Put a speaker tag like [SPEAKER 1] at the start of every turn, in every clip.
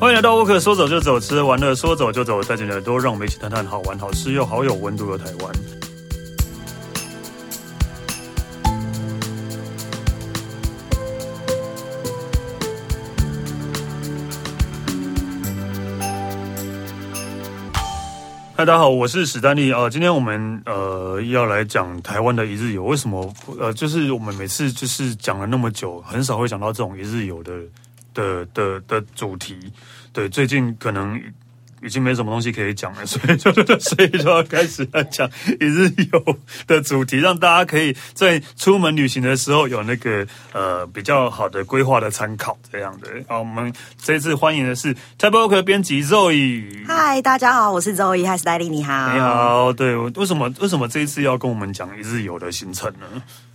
[SPEAKER 1] 欢迎来到沃克，说走就走，吃玩乐说走就走，带着你的耳朵，让我们一起探探好玩、好吃又好有温度的台湾。嗨，大家好，我是史丹利。呃，今天我们呃要来讲台湾的一日游。为什么？呃，就是我们每次就是讲了那么久，很少会讲到这种一日游的的的的主题。对，最近可能已经没什么东西可以讲了， 所以就所以就要开始要讲一日游的主题，让大家可以在出门旅行的时候有那个呃比较好的规划的参考。这样的，好，我们这次欢迎的是 t a b o k 编辑 Zoe。
[SPEAKER 2] 嗨，大家好，我是周一，嗨，史黛丽，你好。
[SPEAKER 1] 你。
[SPEAKER 2] 啊
[SPEAKER 1] 好，哎对，我为什么为什么这一次要跟我们讲一日游的行程呢？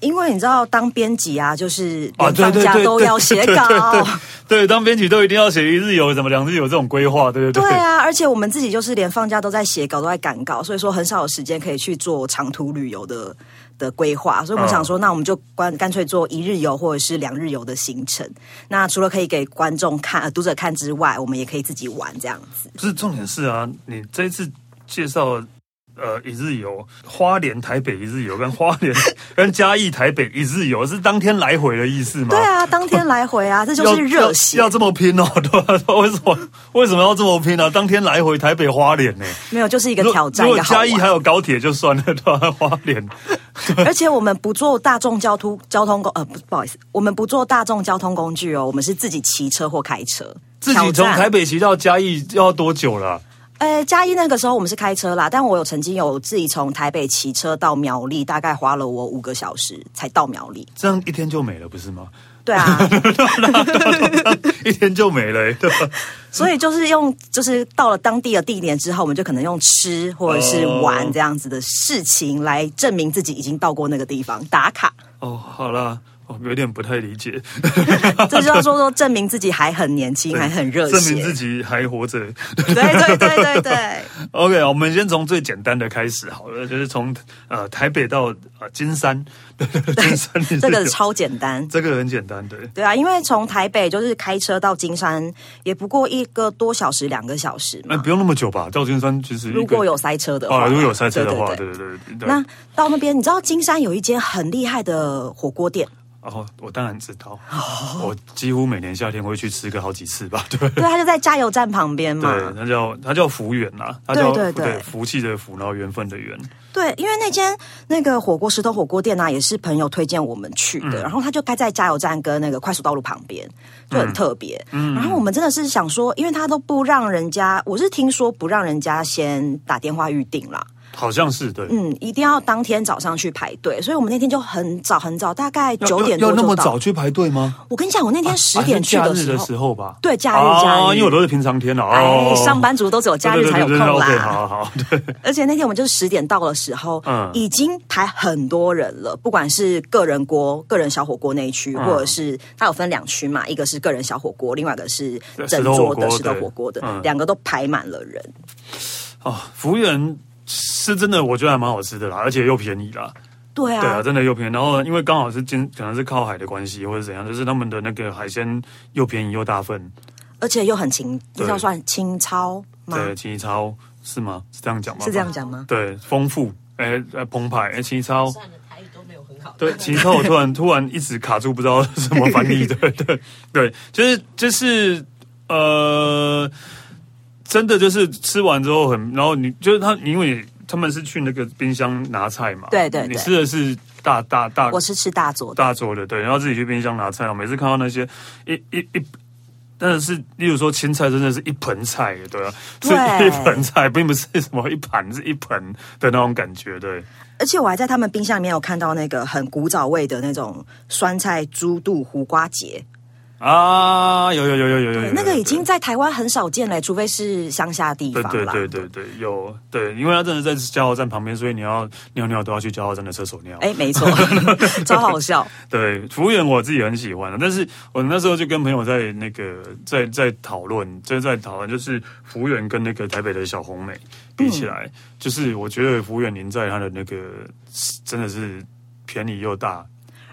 [SPEAKER 2] 因为你知道，当编辑啊，就是
[SPEAKER 1] 啊，
[SPEAKER 2] 连
[SPEAKER 1] 对
[SPEAKER 2] 放
[SPEAKER 1] 对
[SPEAKER 2] 假
[SPEAKER 1] 对，
[SPEAKER 2] 都要写稿。
[SPEAKER 1] 对对对对，当编辑都一定要写一日游，怎么两日游这种规划，对对
[SPEAKER 2] 对啊，而且我们自己就是连放假都在写稿，都在赶稿，所以说很少有时间可以去做长途旅游的的规划。所以我们想
[SPEAKER 1] 哦
[SPEAKER 2] 说，那我们就干干脆做一日游或者是两日游的行程。那除了可以给观众看、呃、读者看之外，我们也可以自己玩这样子。
[SPEAKER 1] 不是重点是啊，你这一次介绍呃一日游，花莲台北一日游跟花莲 跟嘉义台北一日游是当天来回的意思吗？
[SPEAKER 2] 对啊，当天来回啊，这
[SPEAKER 1] 要。
[SPEAKER 2] 就是热血
[SPEAKER 1] 要要这么拼哦， 对吧、为什么为什么要这么拼呢、啊？当天来回台北花莲呢、
[SPEAKER 2] 没有，就是一个
[SPEAKER 1] 如果
[SPEAKER 2] 挑战，
[SPEAKER 1] 如果
[SPEAKER 2] 一个好
[SPEAKER 1] 嘉
[SPEAKER 2] 玩
[SPEAKER 1] 义。还有高铁就算了，对吧、花莲
[SPEAKER 2] 而且我们不坐大众交通交通工呃不不好意思，我们不坐大众交通工具哦，我们是自己骑车或开车。
[SPEAKER 1] 自己从台
[SPEAKER 2] 北
[SPEAKER 1] 北骑到嘉义要多久了啊、
[SPEAKER 2] 呃嘉义那个时候我们是开车啦，但我有曾经有自己从台北骑车到苗栗，大概花了我五个小时才到苗栗。
[SPEAKER 1] 这样一天就没了，不是吗？
[SPEAKER 2] 对啊，
[SPEAKER 1] 一天就没了、欸，对吧？
[SPEAKER 2] 所以就是用就是到了当地的地点之后，我们就可能用吃或者是玩这样子的事情来证明自己已经到过那个地方打卡。
[SPEAKER 1] 哦，好啦，我有点不太理解，
[SPEAKER 2] 这就是说说证明自己还很年轻， 还很热血。
[SPEAKER 1] 证明自己 还活着。
[SPEAKER 2] 对对对对对。
[SPEAKER 1] OK，我们先从最简单的开始好了，就是从呃台北到呃金山， 金山你是
[SPEAKER 2] 这个
[SPEAKER 1] 有
[SPEAKER 2] 超简单。
[SPEAKER 1] 这个很简单，对。
[SPEAKER 2] 对啊，因为从台北就是开车到金山，也不过一个多小时、两个小时
[SPEAKER 1] 那、
[SPEAKER 2] 嘛。
[SPEAKER 1] 哎不用那么久吧？到金山其实一个
[SPEAKER 2] 如果有塞车的话，
[SPEAKER 1] 啊，如果有塞车的话，
[SPEAKER 2] 对对对
[SPEAKER 1] 对对对对。
[SPEAKER 2] 那到那边，你知道金山有一间很厉害的火锅店，
[SPEAKER 1] 哦，我当然知道，
[SPEAKER 2] 哦
[SPEAKER 1] 我几乎每年夏天会去吃个好几次吧， 对。
[SPEAKER 2] 对，它就在加油站旁边嘛。
[SPEAKER 1] 对，它叫它叫福缘啦，它叫
[SPEAKER 2] 对对对
[SPEAKER 1] 福气的福，然后缘分的缘。
[SPEAKER 2] 对，因为那间那个火锅石头火锅店呢、啊也是朋友推荐我们去
[SPEAKER 1] 嗯
[SPEAKER 2] 的，然后它就开在加油站跟那个快速道路旁边，就
[SPEAKER 1] 嗯
[SPEAKER 2] 很特别。然后我们真的是想说，因为它都不让人家，我是听说不让人家先打电话预定啦。
[SPEAKER 1] 好像是对。
[SPEAKER 2] 嗯，一定要当天早上去排队，所以我们那天就很早很早，大概
[SPEAKER 1] 要
[SPEAKER 2] 九点
[SPEAKER 1] 要
[SPEAKER 2] 多
[SPEAKER 1] 要
[SPEAKER 2] 就
[SPEAKER 1] 那
[SPEAKER 2] 到。
[SPEAKER 1] 么早去排队吗？
[SPEAKER 2] 我跟你讲，我那天十点去
[SPEAKER 1] 啊
[SPEAKER 2] 的
[SPEAKER 1] 是假
[SPEAKER 2] 时
[SPEAKER 1] 日
[SPEAKER 2] 候，
[SPEAKER 1] 的时候吧。
[SPEAKER 2] 对假日假日
[SPEAKER 1] 哦因为我都是平常天啊。
[SPEAKER 2] 哎
[SPEAKER 1] 哦，
[SPEAKER 2] 上班族都只有假日才有空啦。
[SPEAKER 1] 对对对对对 OK，好好好，对，
[SPEAKER 2] 而且那天我们就是十点到的时候，
[SPEAKER 1] 嗯
[SPEAKER 2] 已经排很多人了，不管是个人锅、个人小火锅那一区，
[SPEAKER 1] 嗯
[SPEAKER 2] 或者是它有分两区嘛，一个是个人小火锅，另外一个是整桌的
[SPEAKER 1] 石
[SPEAKER 2] 石
[SPEAKER 1] 头火锅
[SPEAKER 2] 头
[SPEAKER 1] 对
[SPEAKER 2] 火锅的
[SPEAKER 1] 嗯，
[SPEAKER 2] 两个都排满了人。
[SPEAKER 1] 哦，福源是真的，我觉得还蛮好吃的啦，而且又便宜啦。
[SPEAKER 2] 对
[SPEAKER 1] 对啊，
[SPEAKER 2] 啊，
[SPEAKER 1] 真的又便宜。然后因为刚好是今可能是靠海的关系，或者怎样，就是他们的那个海鲜又便宜又大份。
[SPEAKER 2] 而且又很清，
[SPEAKER 1] 对
[SPEAKER 2] 这叫算清超吗？
[SPEAKER 1] 对，奇超是吗？是这样讲吗？
[SPEAKER 2] 是这样讲吗
[SPEAKER 1] 对，丰富，哎、呃，澎湃，哎、奇超。
[SPEAKER 3] 算了，台语都没有很好。
[SPEAKER 1] 对，其实我突然突然一直卡住，不知道什么翻译。对对对，就是就是呃，真的就是吃完之后很，然后你就是他，因为他们是去那个冰箱拿菜嘛，
[SPEAKER 2] 对对
[SPEAKER 1] 你
[SPEAKER 2] 对
[SPEAKER 1] 吃的是大大大
[SPEAKER 2] 我是吃大佐的。
[SPEAKER 1] 大桌的，对，然后自己去冰箱拿菜，我每次看到那些一一一。真的是，例如说青菜，真的是一盆菜，对啊，是
[SPEAKER 2] 对
[SPEAKER 1] 一盆菜，并不是什么一盘，是一盆的那种感觉，对。
[SPEAKER 2] 而且我还在他们冰箱里面有看到那个很古早味的那种酸菜猪肚胡瓜节，
[SPEAKER 1] 啊，有有有有有有有，
[SPEAKER 2] 那个
[SPEAKER 1] 有
[SPEAKER 2] 已经在台湾很少见嘞，除非是乡下地
[SPEAKER 1] 对
[SPEAKER 2] 方
[SPEAKER 1] 对
[SPEAKER 2] 啦。
[SPEAKER 1] 对对对，有对，因为它真的在加油站旁边，所以你要尿尿都要去加油站的厕所尿。
[SPEAKER 2] 哎，没 错，超好笑。
[SPEAKER 1] 对，服务员我自己很喜欢的，但是我那时候就跟朋友在那个在在讨论，就是在讨论，就是服务员跟那个台北的小红美比起来，
[SPEAKER 2] 嗯
[SPEAKER 1] 就是我觉得服务员您在他的那个真的是便宜又大，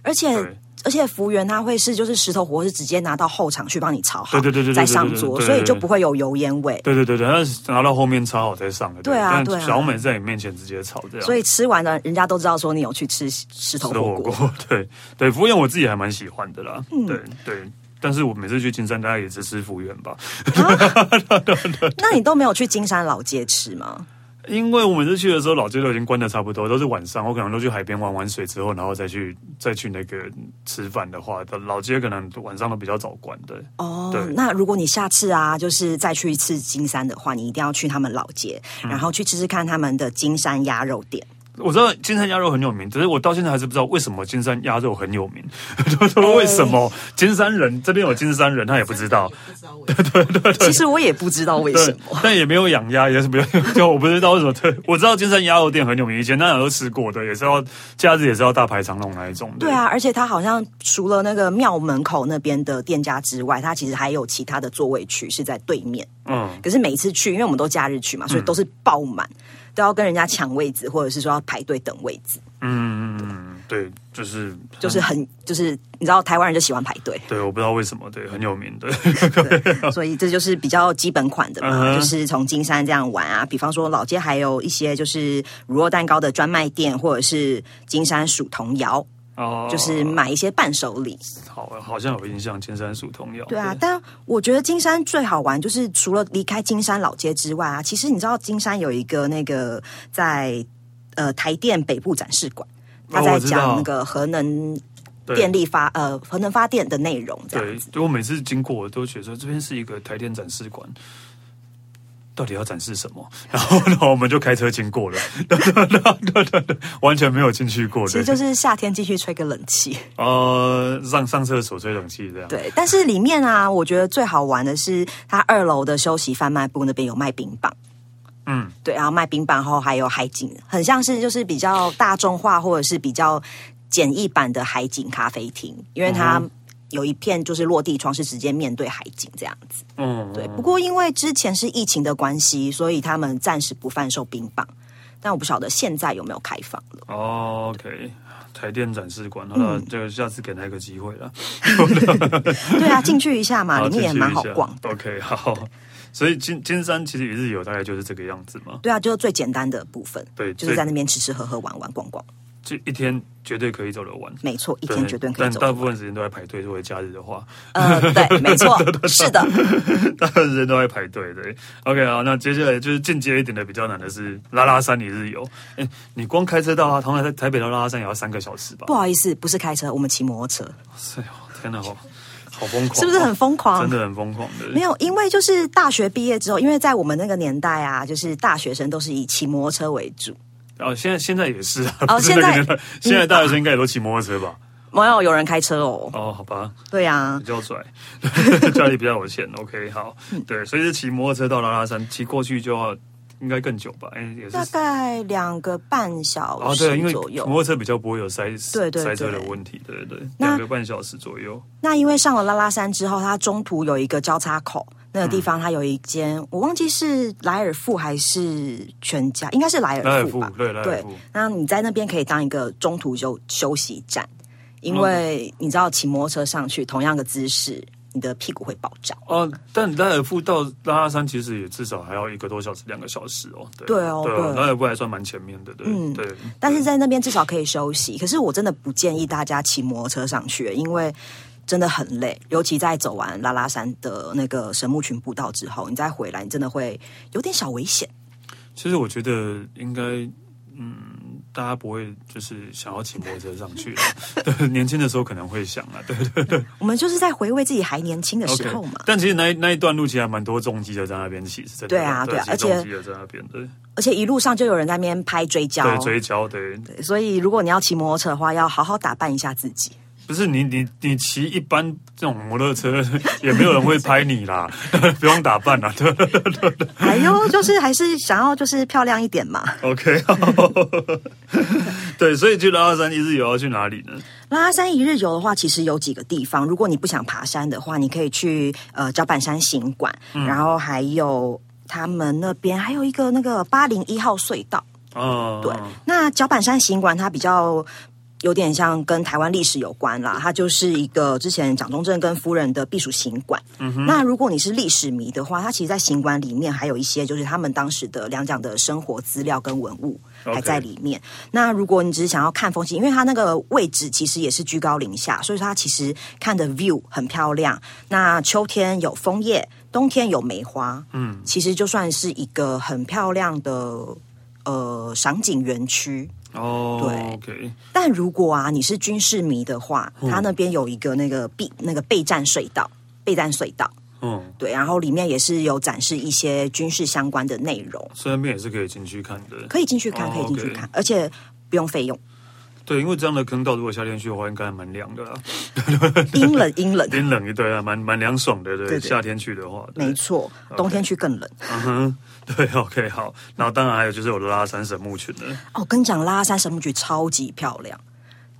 [SPEAKER 2] 而且
[SPEAKER 1] 对
[SPEAKER 2] 而且服务员他会是就是石头火锅是直接拿到后场去帮你炒好，
[SPEAKER 1] 对对对对对
[SPEAKER 2] 再
[SPEAKER 1] 对
[SPEAKER 2] 上
[SPEAKER 1] 对
[SPEAKER 2] 桌，
[SPEAKER 1] 对
[SPEAKER 2] 所以
[SPEAKER 1] 对
[SPEAKER 2] 就
[SPEAKER 1] 对
[SPEAKER 2] 不会有油烟味。
[SPEAKER 1] 对对对对，他是拿到后面炒好再上的，
[SPEAKER 2] 对啊对
[SPEAKER 1] 但
[SPEAKER 2] 啊
[SPEAKER 1] 小美在你面前直接炒这样，
[SPEAKER 2] 所以吃完了，人家都知道说你有去吃石头
[SPEAKER 1] 吃的
[SPEAKER 2] 火
[SPEAKER 1] 火
[SPEAKER 2] 锅。嗯
[SPEAKER 1] 锅，对对，服务员我自己还蛮喜欢的啦，对对，但是我每次去金山，大概也只吃服务员吧，
[SPEAKER 2] 啊 那你都没有去金山老街吃吗？
[SPEAKER 1] 因为我每次去的时候，老街都已经关的差不多，都是晚上，我可能都去海边玩玩水之后，然后再去再去那个吃饭的话，老街可能晚上都比较早关的，
[SPEAKER 2] 哦
[SPEAKER 1] 对，
[SPEAKER 2] 那如果你下次啊，就是再去一次金山的话，你一定要去他们老街，然后去吃吃看他们的金山鸭肉店。
[SPEAKER 1] 我知道金山鸭肉很有名，只是我到现在还是不知道为什么金山鸭肉很有名， 为什么金山人这边有金山人，他也不知道，
[SPEAKER 3] 不知道为什么。
[SPEAKER 2] 其实我也不知道哎为
[SPEAKER 1] 对
[SPEAKER 2] 什么。，
[SPEAKER 1] 但也没有养鸭，也是没有，就我不知道为什么。对，我知道金山鸭肉店很有名，以前那有都吃过的，也是要假日也是要大排长龙那一种的。
[SPEAKER 2] 对啊，而且它好像除了那个庙门口那边的店家之外，它其实还有其他的座位区是在对面。
[SPEAKER 1] 嗯，
[SPEAKER 2] 可是每一次去，因为我们都假日去嘛，所以都是爆满，都要跟人家抢位置，或者是说要排队等位置，
[SPEAKER 1] 嗯嗯嗯，对，就是，
[SPEAKER 2] 就是很就是你知道台湾人就喜欢排队
[SPEAKER 1] 对，我不知道为什么，对，很有名的。
[SPEAKER 2] 所以这就是比较基本款的嘛，
[SPEAKER 1] 嗯哼
[SPEAKER 2] 就是从金山这样玩啊，比方说老街还有一些就是乳酪蛋糕的专卖店，或者是金山薯童窑，
[SPEAKER 1] 哦，
[SPEAKER 2] 就是买一些伴手礼。
[SPEAKER 1] 好，好像有印象，金山薯童谣。
[SPEAKER 2] 对啊，但我觉得金山最好玩就是除了离开金山老街之外啊，其实你知道金山有一个那个在呃台电北部展示馆，他
[SPEAKER 1] 哦
[SPEAKER 2] 在
[SPEAKER 1] 我知道
[SPEAKER 2] 讲那个核能
[SPEAKER 1] 对
[SPEAKER 2] 电力发呃核能发电的内容这
[SPEAKER 1] 对
[SPEAKER 2] 样子。，
[SPEAKER 1] 就我每次经过，我都觉得说这边是一个台电展示馆，到底要展示什么？然后，然后我们就开车经过了， 对对对对对，完全没有进去过。
[SPEAKER 2] 其
[SPEAKER 1] 对
[SPEAKER 2] 实就是夏天继续吹个冷气，
[SPEAKER 1] 呃，上上厕所吹冷气这样。
[SPEAKER 2] 对。但是里面啊，我觉得最好玩的是它二楼的休息贩卖部那边有卖冰棒，
[SPEAKER 1] 嗯，
[SPEAKER 2] 对，然后卖冰棒，然后还有海景，很像是就是比较大众化或者是比较简易版的海景咖啡厅，因为
[SPEAKER 1] 嗯
[SPEAKER 2] 它有一片就是落地窗是直接面对海景这样子。
[SPEAKER 1] 嗯，
[SPEAKER 2] 对，不过因为之前是疫情的关系，所以他们暂时不贩售冰棒。但我不晓得现在有没有开放了。
[SPEAKER 1] 哦，OK，台电展示馆，好了，
[SPEAKER 2] 嗯
[SPEAKER 1] 这个下次给他一个机会 了，
[SPEAKER 2] 对 啊，进去一下嘛，
[SPEAKER 1] 好
[SPEAKER 2] 里面也
[SPEAKER 1] 进去
[SPEAKER 2] 蛮
[SPEAKER 1] 一
[SPEAKER 2] 好
[SPEAKER 1] 下
[SPEAKER 2] 逛。
[SPEAKER 1] OK，好。 所以金金山其实一日游大概就是这个样子嘛，
[SPEAKER 2] 对啊，就是最简单的部分，
[SPEAKER 1] 对
[SPEAKER 2] 就是
[SPEAKER 1] 最
[SPEAKER 2] 在那边吃吃喝喝玩玩逛逛，
[SPEAKER 1] 就一天绝对可以走得完。
[SPEAKER 2] 没错，一天绝对可以
[SPEAKER 1] 但
[SPEAKER 2] 走
[SPEAKER 1] 大
[SPEAKER 2] 完。
[SPEAKER 1] 部分时间都在排队。如果假日的话，
[SPEAKER 2] 呃， 对，没错，是的。
[SPEAKER 1] 大部分时间都在排队。对，OK 啊，那接下来就是进阶一点的，比较难的是拉拉山一日游。哎，你光开车到啊，同样在台北到拉拉山也要三个小时吧
[SPEAKER 2] 不？好意思，不是开车，我们骑摩托车，
[SPEAKER 1] 是哦，天哪，好好疯狂哦，
[SPEAKER 2] 是不是很疯狂？
[SPEAKER 1] 真的很疯狂的？
[SPEAKER 2] 没有，因为就是大学毕业之后，因为在我们那个年代啊，就是大学生都是以骑摩托车为主。
[SPEAKER 1] 哦，现在现在也是啊，
[SPEAKER 2] 哦
[SPEAKER 1] 不是那个年
[SPEAKER 2] 现在哦
[SPEAKER 1] 代现在大学生应该也都骑摩托车吧？
[SPEAKER 2] 没有，有人开车哦。
[SPEAKER 1] 哦，好吧，
[SPEAKER 2] 对啊
[SPEAKER 1] 比，较拽， 家里比较有钱。OK，好，对，所以是骑摩托车到拉拉山，骑过去就要应该更久吧？哎，也是
[SPEAKER 2] 大概两个半小
[SPEAKER 1] 哦，对，因
[SPEAKER 2] 时
[SPEAKER 1] 为
[SPEAKER 2] 左右。
[SPEAKER 1] 摩托车比较不会有塞
[SPEAKER 2] 对对
[SPEAKER 1] 塞车
[SPEAKER 2] 对
[SPEAKER 1] 的问题，对对对，
[SPEAKER 2] 那
[SPEAKER 1] 两个半小时左右。
[SPEAKER 2] 那因为上了拉拉山之后，它中途有一个交叉口，那个地方
[SPEAKER 1] 嗯
[SPEAKER 2] 它有一间，我忘记是莱尔富还是全家，应该是莱
[SPEAKER 1] 莱
[SPEAKER 2] 尔
[SPEAKER 1] 尔
[SPEAKER 2] 富
[SPEAKER 1] 富
[SPEAKER 2] 吧？
[SPEAKER 1] 对莱尔富
[SPEAKER 2] 那你在那边可以当一个中途休休息站，因
[SPEAKER 1] 哦
[SPEAKER 2] 为你知道骑摩托车上去，同样的姿势，你的屁股会爆炸。
[SPEAKER 1] 哦，但莱尔富到拉拉山其实也至少还要一个多小时、两个小时哦。对
[SPEAKER 2] 对哦
[SPEAKER 1] 啊
[SPEAKER 2] 对
[SPEAKER 1] 莱尔富还算蛮前面的，对对。
[SPEAKER 2] 嗯但是在那边至少可以休息。可是我真的不建议大家骑摩托车上去，因为真的很累，尤其在走完拉拉山的那个神木群步道之后，你再回来，你真的会有点小危险。
[SPEAKER 1] 其实我觉得应该，嗯，大家不会就是想要骑摩托车上去了。啊 对，年轻的时候可能会想啊，对对对
[SPEAKER 2] 我们就是在回味自己还年轻的时
[SPEAKER 1] ，OK
[SPEAKER 2] 候嘛。。
[SPEAKER 1] 但其实那一那一段路其实还蛮多重机的在那边骑，是真的。
[SPEAKER 2] 对啊对啊
[SPEAKER 1] 其实
[SPEAKER 2] 而且
[SPEAKER 1] 重机的在那边，对
[SPEAKER 2] 而且一路上就有人在那边拍追焦，
[SPEAKER 1] 对追焦，对
[SPEAKER 2] 所以如果你要骑摩托车的话，要好好打扮一下自己。
[SPEAKER 1] 不是你你你骑一般这种摩托车，也没有人会拍你啦， 不用打扮啦，对不对
[SPEAKER 2] 哎呦，就是还是想要就是漂亮一点嘛。
[SPEAKER 1] ？OK，好 对，所以去拉拉山一日游要去哪里呢？
[SPEAKER 2] 拉拉山一日游的话，其实有几个地方，如果你不想爬山的话，你可以去呃脚板山行馆，然后还有他们那边还有一个那个八零一号隧道。
[SPEAKER 1] 啊、
[SPEAKER 2] 对，那脚板山行馆它比较。有点像跟台湾历史有关啦，它就是一个之前蒋中正跟夫人的避暑行馆。那如果你是历史迷的话，它其实，在行馆里面还有一些就是他们当时的两蒋的生活资料跟文物。还在里面。那如果你只是想要看风景，因为它那个位置其实也是居高临下，所以说它其实看的 view 很漂亮。那秋天有枫叶，冬天有梅花，嗯，其实就算是一个很漂亮的呃赏景园区。
[SPEAKER 1] 哦，对，
[SPEAKER 2] 但如果啊你是军事迷的话，它那边有一个那个避那个备战隧道，备战隧道。
[SPEAKER 1] 嗯，
[SPEAKER 2] 对，然后里面也是有展示一些军事相关的内容，
[SPEAKER 1] 所以那边也是可以进去看的。
[SPEAKER 2] 可以进去看，
[SPEAKER 1] 哦
[SPEAKER 2] 可以进去
[SPEAKER 1] OK
[SPEAKER 2] 看，而且不 用费用，
[SPEAKER 1] 对，因为这样的坑道，如果夏天去的话，应该还蛮凉的啦，
[SPEAKER 2] 阴冷阴冷，
[SPEAKER 1] 天冷一堆啊，蛮蛮凉爽的。对，
[SPEAKER 2] 对对
[SPEAKER 1] 夏天去的话，对
[SPEAKER 2] 没错，冬天去更冷。
[SPEAKER 1] 嗯哼， 对，OK，好。然后当然还有就是有拉山神木群的，
[SPEAKER 2] 哦，跟你讲，拉山神木曲超级漂亮。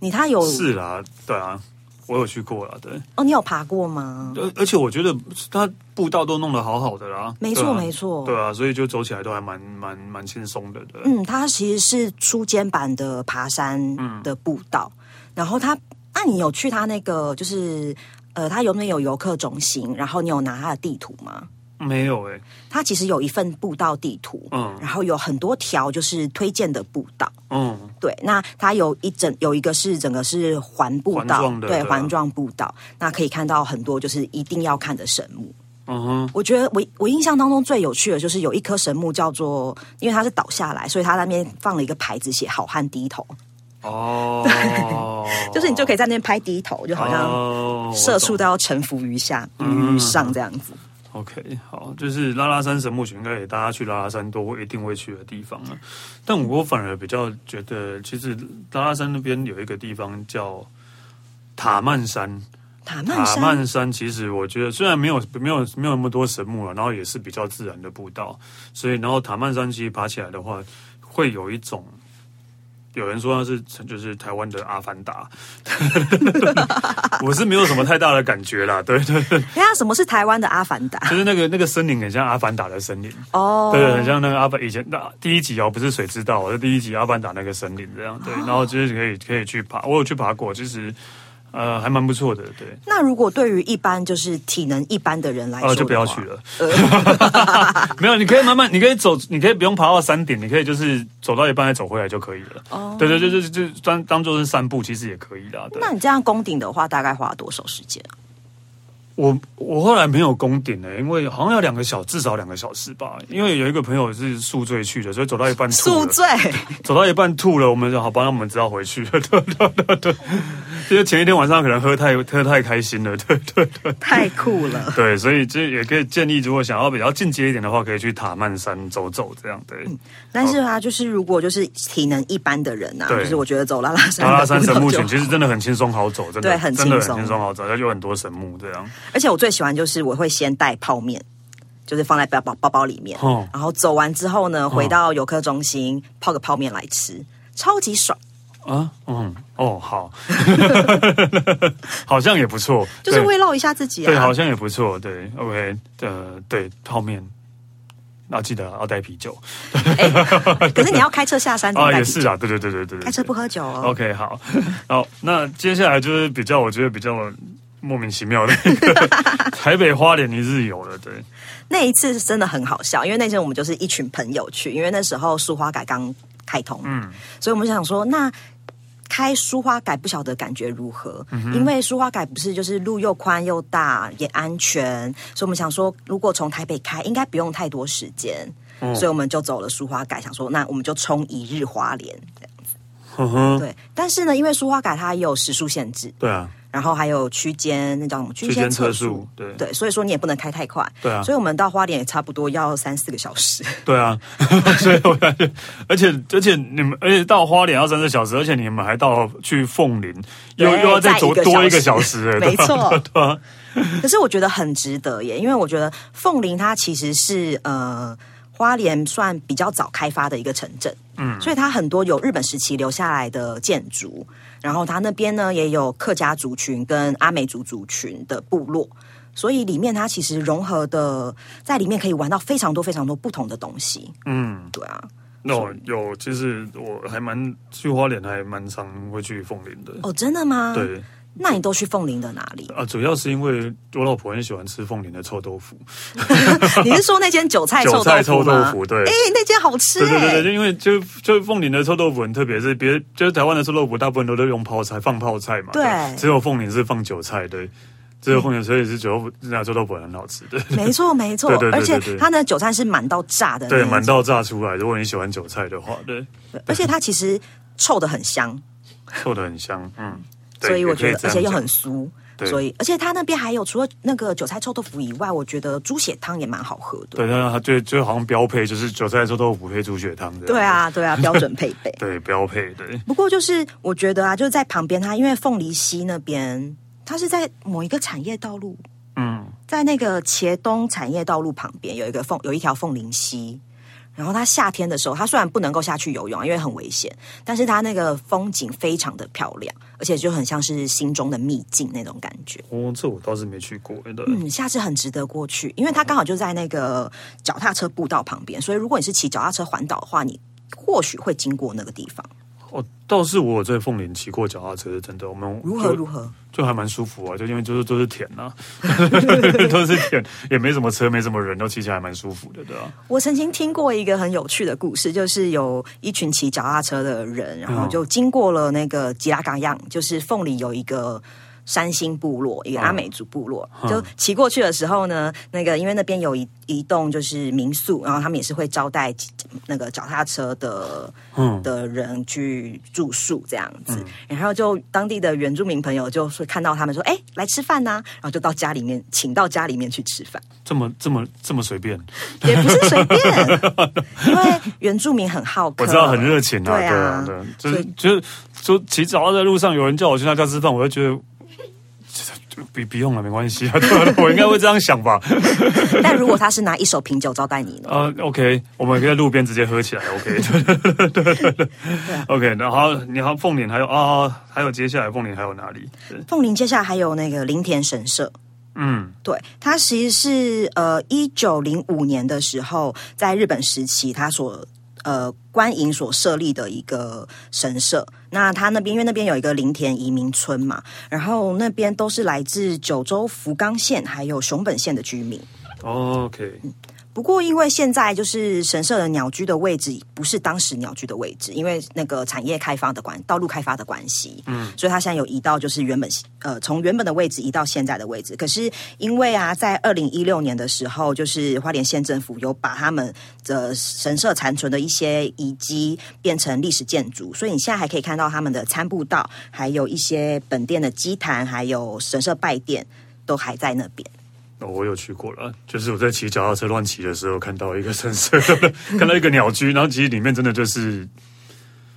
[SPEAKER 2] 你它有
[SPEAKER 1] 是啦，对啊，我有去过啦，对。
[SPEAKER 2] 哦，你有爬过吗？
[SPEAKER 1] 而而且我觉得它步道都弄得好好的啦，
[SPEAKER 2] 没错
[SPEAKER 1] 对啊
[SPEAKER 2] 没错
[SPEAKER 1] 对啊，所以就走起来都还蛮蛮蛮轻松的，对。
[SPEAKER 2] 嗯，它其实是初间版的爬
[SPEAKER 1] 嗯
[SPEAKER 2] 山的步道。然后它，那、你有去它那个就是呃，它有没有游客中心？然后你有拿它的地图吗？
[SPEAKER 1] 没有哎、
[SPEAKER 2] 它其实有一份步道地图，
[SPEAKER 1] 嗯
[SPEAKER 2] 然后有很多条就是推荐的步道。
[SPEAKER 1] 嗯，
[SPEAKER 2] 对，那它有一整有一个是整个是环步
[SPEAKER 1] 环
[SPEAKER 2] 道
[SPEAKER 1] 状，的
[SPEAKER 2] 对
[SPEAKER 1] 对啊
[SPEAKER 2] 环状步道，那可以看到很多就是一定要看的神木。
[SPEAKER 1] 嗯哼，
[SPEAKER 2] 我觉得我我印象当中最有趣的就是有一棵神木叫做，因为它是倒下来，所以它那边放了一个牌子写“好汉低头”，
[SPEAKER 1] 哦，
[SPEAKER 2] 就是你就可
[SPEAKER 1] 以
[SPEAKER 2] 以在那边拍低头，就好
[SPEAKER 1] 像
[SPEAKER 2] 像社畜都要臣服于下
[SPEAKER 1] 嗯
[SPEAKER 2] 于上这样子。
[SPEAKER 1] OK，好，就是拉拉山神木群，应该也大家去拉拉山都会一定会去的地方了。啊但我反而比较觉得，其实拉拉山那边有一个地方叫塔曼山，
[SPEAKER 2] 塔曼
[SPEAKER 1] 塔
[SPEAKER 2] 山
[SPEAKER 1] 曼山其实我觉得虽然没有没有没有那么多神木了，然后也是比较自然的步道，所以然后塔曼山其实爬起来的话，会有一种。有人说它是就是台湾的阿凡达， 我是没有什么太大的感觉啦。对对对，
[SPEAKER 2] 哎呀，什么是台湾的阿凡达？
[SPEAKER 1] 就是那个那个森林很像阿凡达的森林，
[SPEAKER 2] 哦，
[SPEAKER 1] 对，很像那个阿凡以前那第一集哦，不是水之道，是第一集阿凡达那个森林这样。
[SPEAKER 2] 哦
[SPEAKER 1] 对，然后就是可以可以去爬，我有去爬过，其实呃还蛮不错的。对，
[SPEAKER 2] 那如果对于一般就是体能一般的人哎来说、
[SPEAKER 1] 呃，就不要去。了。
[SPEAKER 2] 呃
[SPEAKER 1] 没有，你可以慢慢，你可以走，你可以不用爬到山顶，你可以就是走到一半再走回来就可以了。哦，对对对对，就就当当做是散步，其实也可以啦。对
[SPEAKER 2] 那你这样攻顶的话，大概花了多少时间？
[SPEAKER 1] 我我后来没有攻顶欸了，因为好像要两个小，至少两个小时吧。因为有一个朋友是宿醉去的，所以走到一半吐
[SPEAKER 2] 宿
[SPEAKER 1] 了，
[SPEAKER 2] 醉，
[SPEAKER 1] 走到一半吐了，我们就好吧，那我们只好回去了。 对对对对，就是前一天晚上可能喝太喝太开心了， 对对对。
[SPEAKER 2] 太酷了。
[SPEAKER 1] 对，所以这也可以建议，如果想要比较进阶一点的话，可以去塔曼山走走，这样对。
[SPEAKER 2] 但是啊，就是如果就是体能一般的人啊，
[SPEAKER 1] 对
[SPEAKER 2] 就是我觉得走拉拉山
[SPEAKER 1] 拉
[SPEAKER 2] 的
[SPEAKER 1] 拉山神木
[SPEAKER 2] 就
[SPEAKER 1] 群其实真的很轻松好走，真的
[SPEAKER 2] 对很
[SPEAKER 1] 真的
[SPEAKER 2] 轻松
[SPEAKER 1] 很轻松好走，而且有很多神木这样。
[SPEAKER 2] 而且我最喜欢就是我会先带泡面，就是放在包包包包里面，
[SPEAKER 1] 哦
[SPEAKER 2] 然后走完之后呢，回到游客中心、泡个泡面来吃，超级爽。
[SPEAKER 1] 啊，嗯，哦，好， 好像也不错，
[SPEAKER 2] 就是
[SPEAKER 1] 对
[SPEAKER 2] 慰劳一下自己
[SPEAKER 1] 对，好
[SPEAKER 2] 啊！
[SPEAKER 1] 像也不错，对，OK，呃，对，泡面，那、记得啊要带啤酒
[SPEAKER 2] 可是你要开车下山，怎么
[SPEAKER 1] 啊，
[SPEAKER 2] 嗯带
[SPEAKER 1] 也
[SPEAKER 2] 啤酒
[SPEAKER 1] 是啊，对对对对对对，
[SPEAKER 2] 开车不喝酒哦。
[SPEAKER 1] OK，好， 好，那接下来就是比较，我觉得比较莫名其妙的一个 台北花莲一日游了，对，
[SPEAKER 2] 那一次是真的很好笑，因为那天我们就是一群朋友去，因为那时候苏花改刚开通，嗯，所以我们想说那。开苏花改不晓得感觉如何，因为苏花改不是就是路又宽又大也安全，所以我们想说，如果从台北开，应该不用太多时间，所以我们就走了苏花改，想说那我们就冲一日花莲这样。
[SPEAKER 1] 嗯哼，
[SPEAKER 2] 对，但是呢，因为苏花改它也有时速限制，
[SPEAKER 1] 对啊，
[SPEAKER 2] 然后还有区间那叫什么区
[SPEAKER 1] 区间
[SPEAKER 2] 测
[SPEAKER 1] 测速，对，
[SPEAKER 2] 对，所以说你也不能开太快。
[SPEAKER 1] 对啊
[SPEAKER 2] 所以我们到花莲也差不多要三四个小时。
[SPEAKER 1] 对啊， 所以我感觉，而且而且你们，而且到花莲要三个小时，而且你们还到去凤林，又
[SPEAKER 2] 对
[SPEAKER 1] 又要再走
[SPEAKER 2] 再一个
[SPEAKER 1] 多一个
[SPEAKER 2] 小
[SPEAKER 1] 小
[SPEAKER 2] 时
[SPEAKER 1] 时，哎
[SPEAKER 2] 没错
[SPEAKER 1] 对啊 对啊，
[SPEAKER 2] 可是我觉得很值得耶，因为我觉得凤林它其实是呃花莲算比较早开发的一个城镇，嗯，所以它很多有日本时期留下来的建筑，然后它那边呢也有客家族群跟阿美族族群的部落。所以里面它其实融合的，在里面可以玩到非常多非常多不同的东西。
[SPEAKER 1] 嗯，
[SPEAKER 2] 对啊，
[SPEAKER 1] 那我有，其实我还蛮去花莲，还蛮常会去凤林的。
[SPEAKER 2] 哦，真的吗？，
[SPEAKER 1] 对
[SPEAKER 2] 那你都去凤林的哪里？
[SPEAKER 1] 啊，主要是因为我老婆很喜欢吃凤林的臭豆腐，
[SPEAKER 2] 你是说那间韭菜
[SPEAKER 1] 韭
[SPEAKER 2] 臭
[SPEAKER 1] 菜
[SPEAKER 2] 豆
[SPEAKER 1] 臭
[SPEAKER 2] 腐
[SPEAKER 1] 豆
[SPEAKER 2] 吗？
[SPEAKER 1] 腐，对。
[SPEAKER 2] 哎、那间好吃
[SPEAKER 1] 对对
[SPEAKER 2] 哎、
[SPEAKER 1] 对对，因为就就凤林的臭豆腐很特别，是别就是台湾的臭豆腐大部分都是用泡菜放泡菜嘛，
[SPEAKER 2] 对
[SPEAKER 1] 只有凤林是放韭菜，对，只有凤林所以是韭豆腐那臭豆腐很好吃的，
[SPEAKER 2] 没错没错
[SPEAKER 1] 对对，对
[SPEAKER 2] 而且
[SPEAKER 1] 对对
[SPEAKER 2] 它的韭菜是满到炸的那一
[SPEAKER 1] 对，
[SPEAKER 2] 种，
[SPEAKER 1] 满到炸出来。如果你喜欢韭菜的话，对，
[SPEAKER 2] 而且它其实臭的很香，
[SPEAKER 1] 臭的很香，嗯，对
[SPEAKER 2] 所以我觉
[SPEAKER 1] 也可这
[SPEAKER 2] 得，而
[SPEAKER 1] 样
[SPEAKER 2] 且又
[SPEAKER 1] 讲
[SPEAKER 2] 很酥，
[SPEAKER 1] 对
[SPEAKER 2] 所以而且它那边还有除了那个韭菜臭豆腐以外，我觉得猪血汤也蛮好喝的。
[SPEAKER 1] 对，它它就就好像标配就是韭菜臭豆腐配猪血汤这样。
[SPEAKER 2] 对，啊，对啊，标准配备
[SPEAKER 1] 对标配，对，
[SPEAKER 2] 不过就是我觉得啊，就是在旁边它，因为凤梨溪那边，它是在某一个产业道路，
[SPEAKER 1] 嗯，
[SPEAKER 2] 在那个茄东产业道路旁边有一个凤有一条凤林溪。然后它夏天的时候，它虽然不能够下去游泳啊，因为很危险，但是它那个风景非常的漂亮，而且就很像是心中的秘境那种感觉。
[SPEAKER 1] 哦，这我倒是没去过，对，
[SPEAKER 2] 嗯，下次很值得过去，因为它刚好就在那个脚踏车步道旁边，所以如果你是骑脚踏车环岛的话，你或许会经过那个地方。
[SPEAKER 1] 哦，倒是我有在凤林骑过脚踏车，是真的，我们
[SPEAKER 2] 如何
[SPEAKER 1] 就
[SPEAKER 2] 如何？
[SPEAKER 1] 就还蛮舒服啊，就因为就是都是田呐、 都是田，也没什么车，没什么人，都骑起来还蛮舒服的，对啊。
[SPEAKER 2] 我曾经听过一个很有趣的故事，就是有一群骑脚踏车的人，然后就经过了那个吉拉冈样，就是凤梨有一个。山星部落，一个阿美族部落，就骑过去的时候呢，那个因为那边有一一栋就是民宿，然后他们也是会招待那个脚踏车的
[SPEAKER 1] 嗯，
[SPEAKER 2] 的人去住宿这样子，然后就当地的原住民朋友就说看到他们说，哎、来吃饭呐、然后就到家里面，请到家里面去吃饭，
[SPEAKER 1] 这么这么这么随便，
[SPEAKER 2] 也不是随 便，因为原住民很好客，
[SPEAKER 1] 我知道很热情啊，
[SPEAKER 2] 对
[SPEAKER 1] 对啊
[SPEAKER 2] 啊，，
[SPEAKER 1] 对啊，就
[SPEAKER 2] 所
[SPEAKER 1] 是
[SPEAKER 2] 以
[SPEAKER 1] 就是就骑脚踏车在路上有人叫我去他家吃饭，我就觉得。 就不不用了，没关系啊。对 啊我应该会这样想吧。
[SPEAKER 2] 但如果他是拿一手瓶酒招待你 呢？
[SPEAKER 1] 啊、o k 我们可以在路边直接喝起来。OK，对 对啊对对 OK。然后你还有凤岭，还有啊、还有接下来凤岭还有哪里？对
[SPEAKER 2] 凤林接下来还有那个林田神社，
[SPEAKER 1] 嗯，
[SPEAKER 2] 对，它其实是呃，一九零五年的时候，在日本时期，它所呃官营所设立的一个神社。那它那边因为那边有一个林田移民村嘛，然后那边都是来自九州福冈县还有熊本县的居民。
[SPEAKER 1] 哦 OK，
[SPEAKER 2] 不过，因为现在就是神社的鸟居的位置不是当时鸟居的位置，因为那个产业开发的关、道路开发的关系，嗯，所以它现在有移到就是原本呃从原本的位置移到现在的位置。可是因为啊，在二零一六年的时候，就是花莲县政府有把他们的神社残存的一些遗迹变成历史建筑，所以你现在还可以看到他们的参步道，还有一些本殿的祭坛，还有神社拜殿都还在那边。
[SPEAKER 1] 哦，我有去过了，就是我在骑脚踏车乱骑的时候，看到一个神社， 看到一个鸟居，然后其实里面真的就是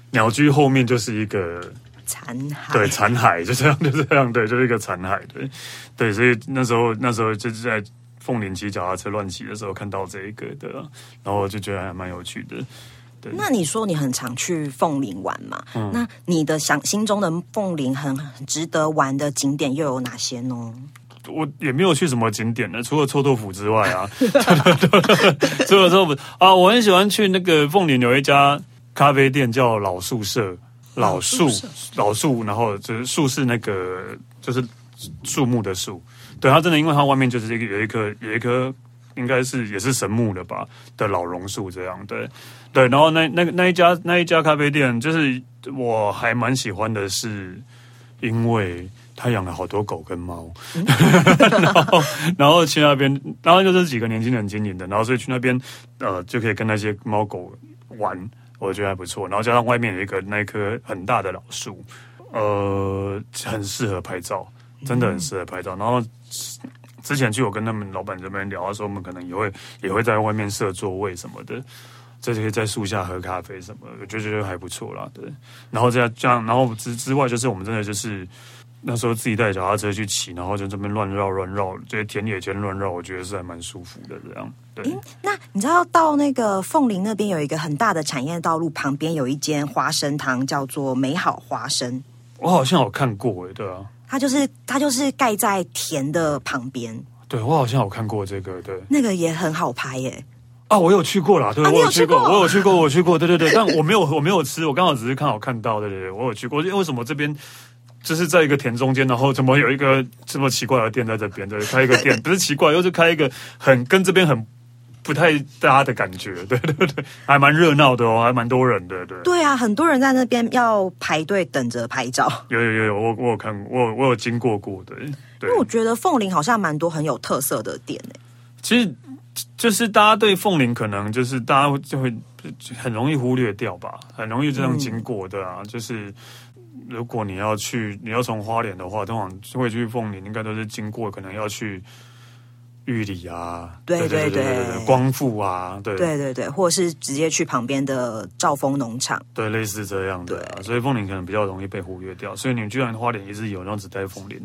[SPEAKER 1] 鸟居后面就是一个
[SPEAKER 2] 残骸
[SPEAKER 1] 对残骸，就这样就这样，对，就是一个残骸，对对，所以那时候那时候就是在凤林骑脚踏车乱骑的时候看到这一个的，然后就觉得还蛮有趣的。
[SPEAKER 2] 那你说你很常去凤林玩嘛？那你的想心中的凤林很很值得玩的景点又有哪些呢？
[SPEAKER 1] 我也没有去什么景点呢，除了臭豆腐之外啊， 除了臭豆腐啊，我很喜欢去那个凤林有一家咖啡店叫老树社，老树老树，然后就是树是那个就是树木的树，对，它真的因为它外面就是一个有一棵有一棵应该是也是神木的吧的老榕树这样，对对，然后那那那一家那一家咖啡店就是我还蛮喜欢的是因为。他养了好多狗跟猫， 然后去那边，然后就是几个年轻人经营的，然后所以去那边呃就可以跟那些猫狗玩，我觉得还不错。然后加上外面有一个那一棵很大的老树，呃，很适合拍照，真的很适合拍照。然后之前就有跟他们老板这边聊，他说我们可能也会也会在外面设座位什么的。这就可以在树下喝咖啡什么的，我就觉得还不错啦。对，然后这样这样，然后之之外就是我们真的就是那时候自己带脚踏车去骑，然后就这边乱绕乱绕，这些田野间乱绕，我觉得是还蛮舒服的。这样，对，
[SPEAKER 2] 那你知道到那个凤林那边有一个很大的产业道路旁边有一间花生汤，叫做美好花生，
[SPEAKER 1] 我好像有看过诶，对啊，
[SPEAKER 2] 它就是它就是盖在田的旁边，
[SPEAKER 1] 对我好像有看过这个，对，
[SPEAKER 2] 那个也很好拍耶。
[SPEAKER 1] 啊，我有去过啦，对，
[SPEAKER 2] 啊
[SPEAKER 1] 我
[SPEAKER 2] 你有
[SPEAKER 1] 有去
[SPEAKER 2] 去过
[SPEAKER 1] 我有去过，我有去过，对对对，但我没有，我没有吃，我刚好只是刚好看到，对对对，我有去过，因为为什么这边？就是在一个田中间，然后怎么有一个这么奇怪的店在这边？对，开一个 店不是奇怪，又是开一个很跟这边很不太搭的感觉。对对对，还蛮热闹的哦，还蛮多人的。对，
[SPEAKER 2] 对啊，很多人在那边要排队等着拍照，
[SPEAKER 1] 有有有有，我我有看过，我有我有经过过的。对
[SPEAKER 2] 因为，我觉得凤林好像蛮多很有特色的店诶、
[SPEAKER 1] 其实就是大家对凤林可能就是大家就会很容易忽略掉吧，很容易就这样经过的
[SPEAKER 2] 嗯
[SPEAKER 1] 啊。就是如果你要去，你要从花莲的话，通常会去凤林，应该都是经过，可能要去玉里啊，
[SPEAKER 2] 对对对
[SPEAKER 1] 光复啊，对
[SPEAKER 2] 对对对，或者是直接去旁边的兆丰农场。
[SPEAKER 1] 对，类似这样的、啊。所以凤林可能比较容易被忽略掉，所以你们居然花莲也是有，然后只待凤林，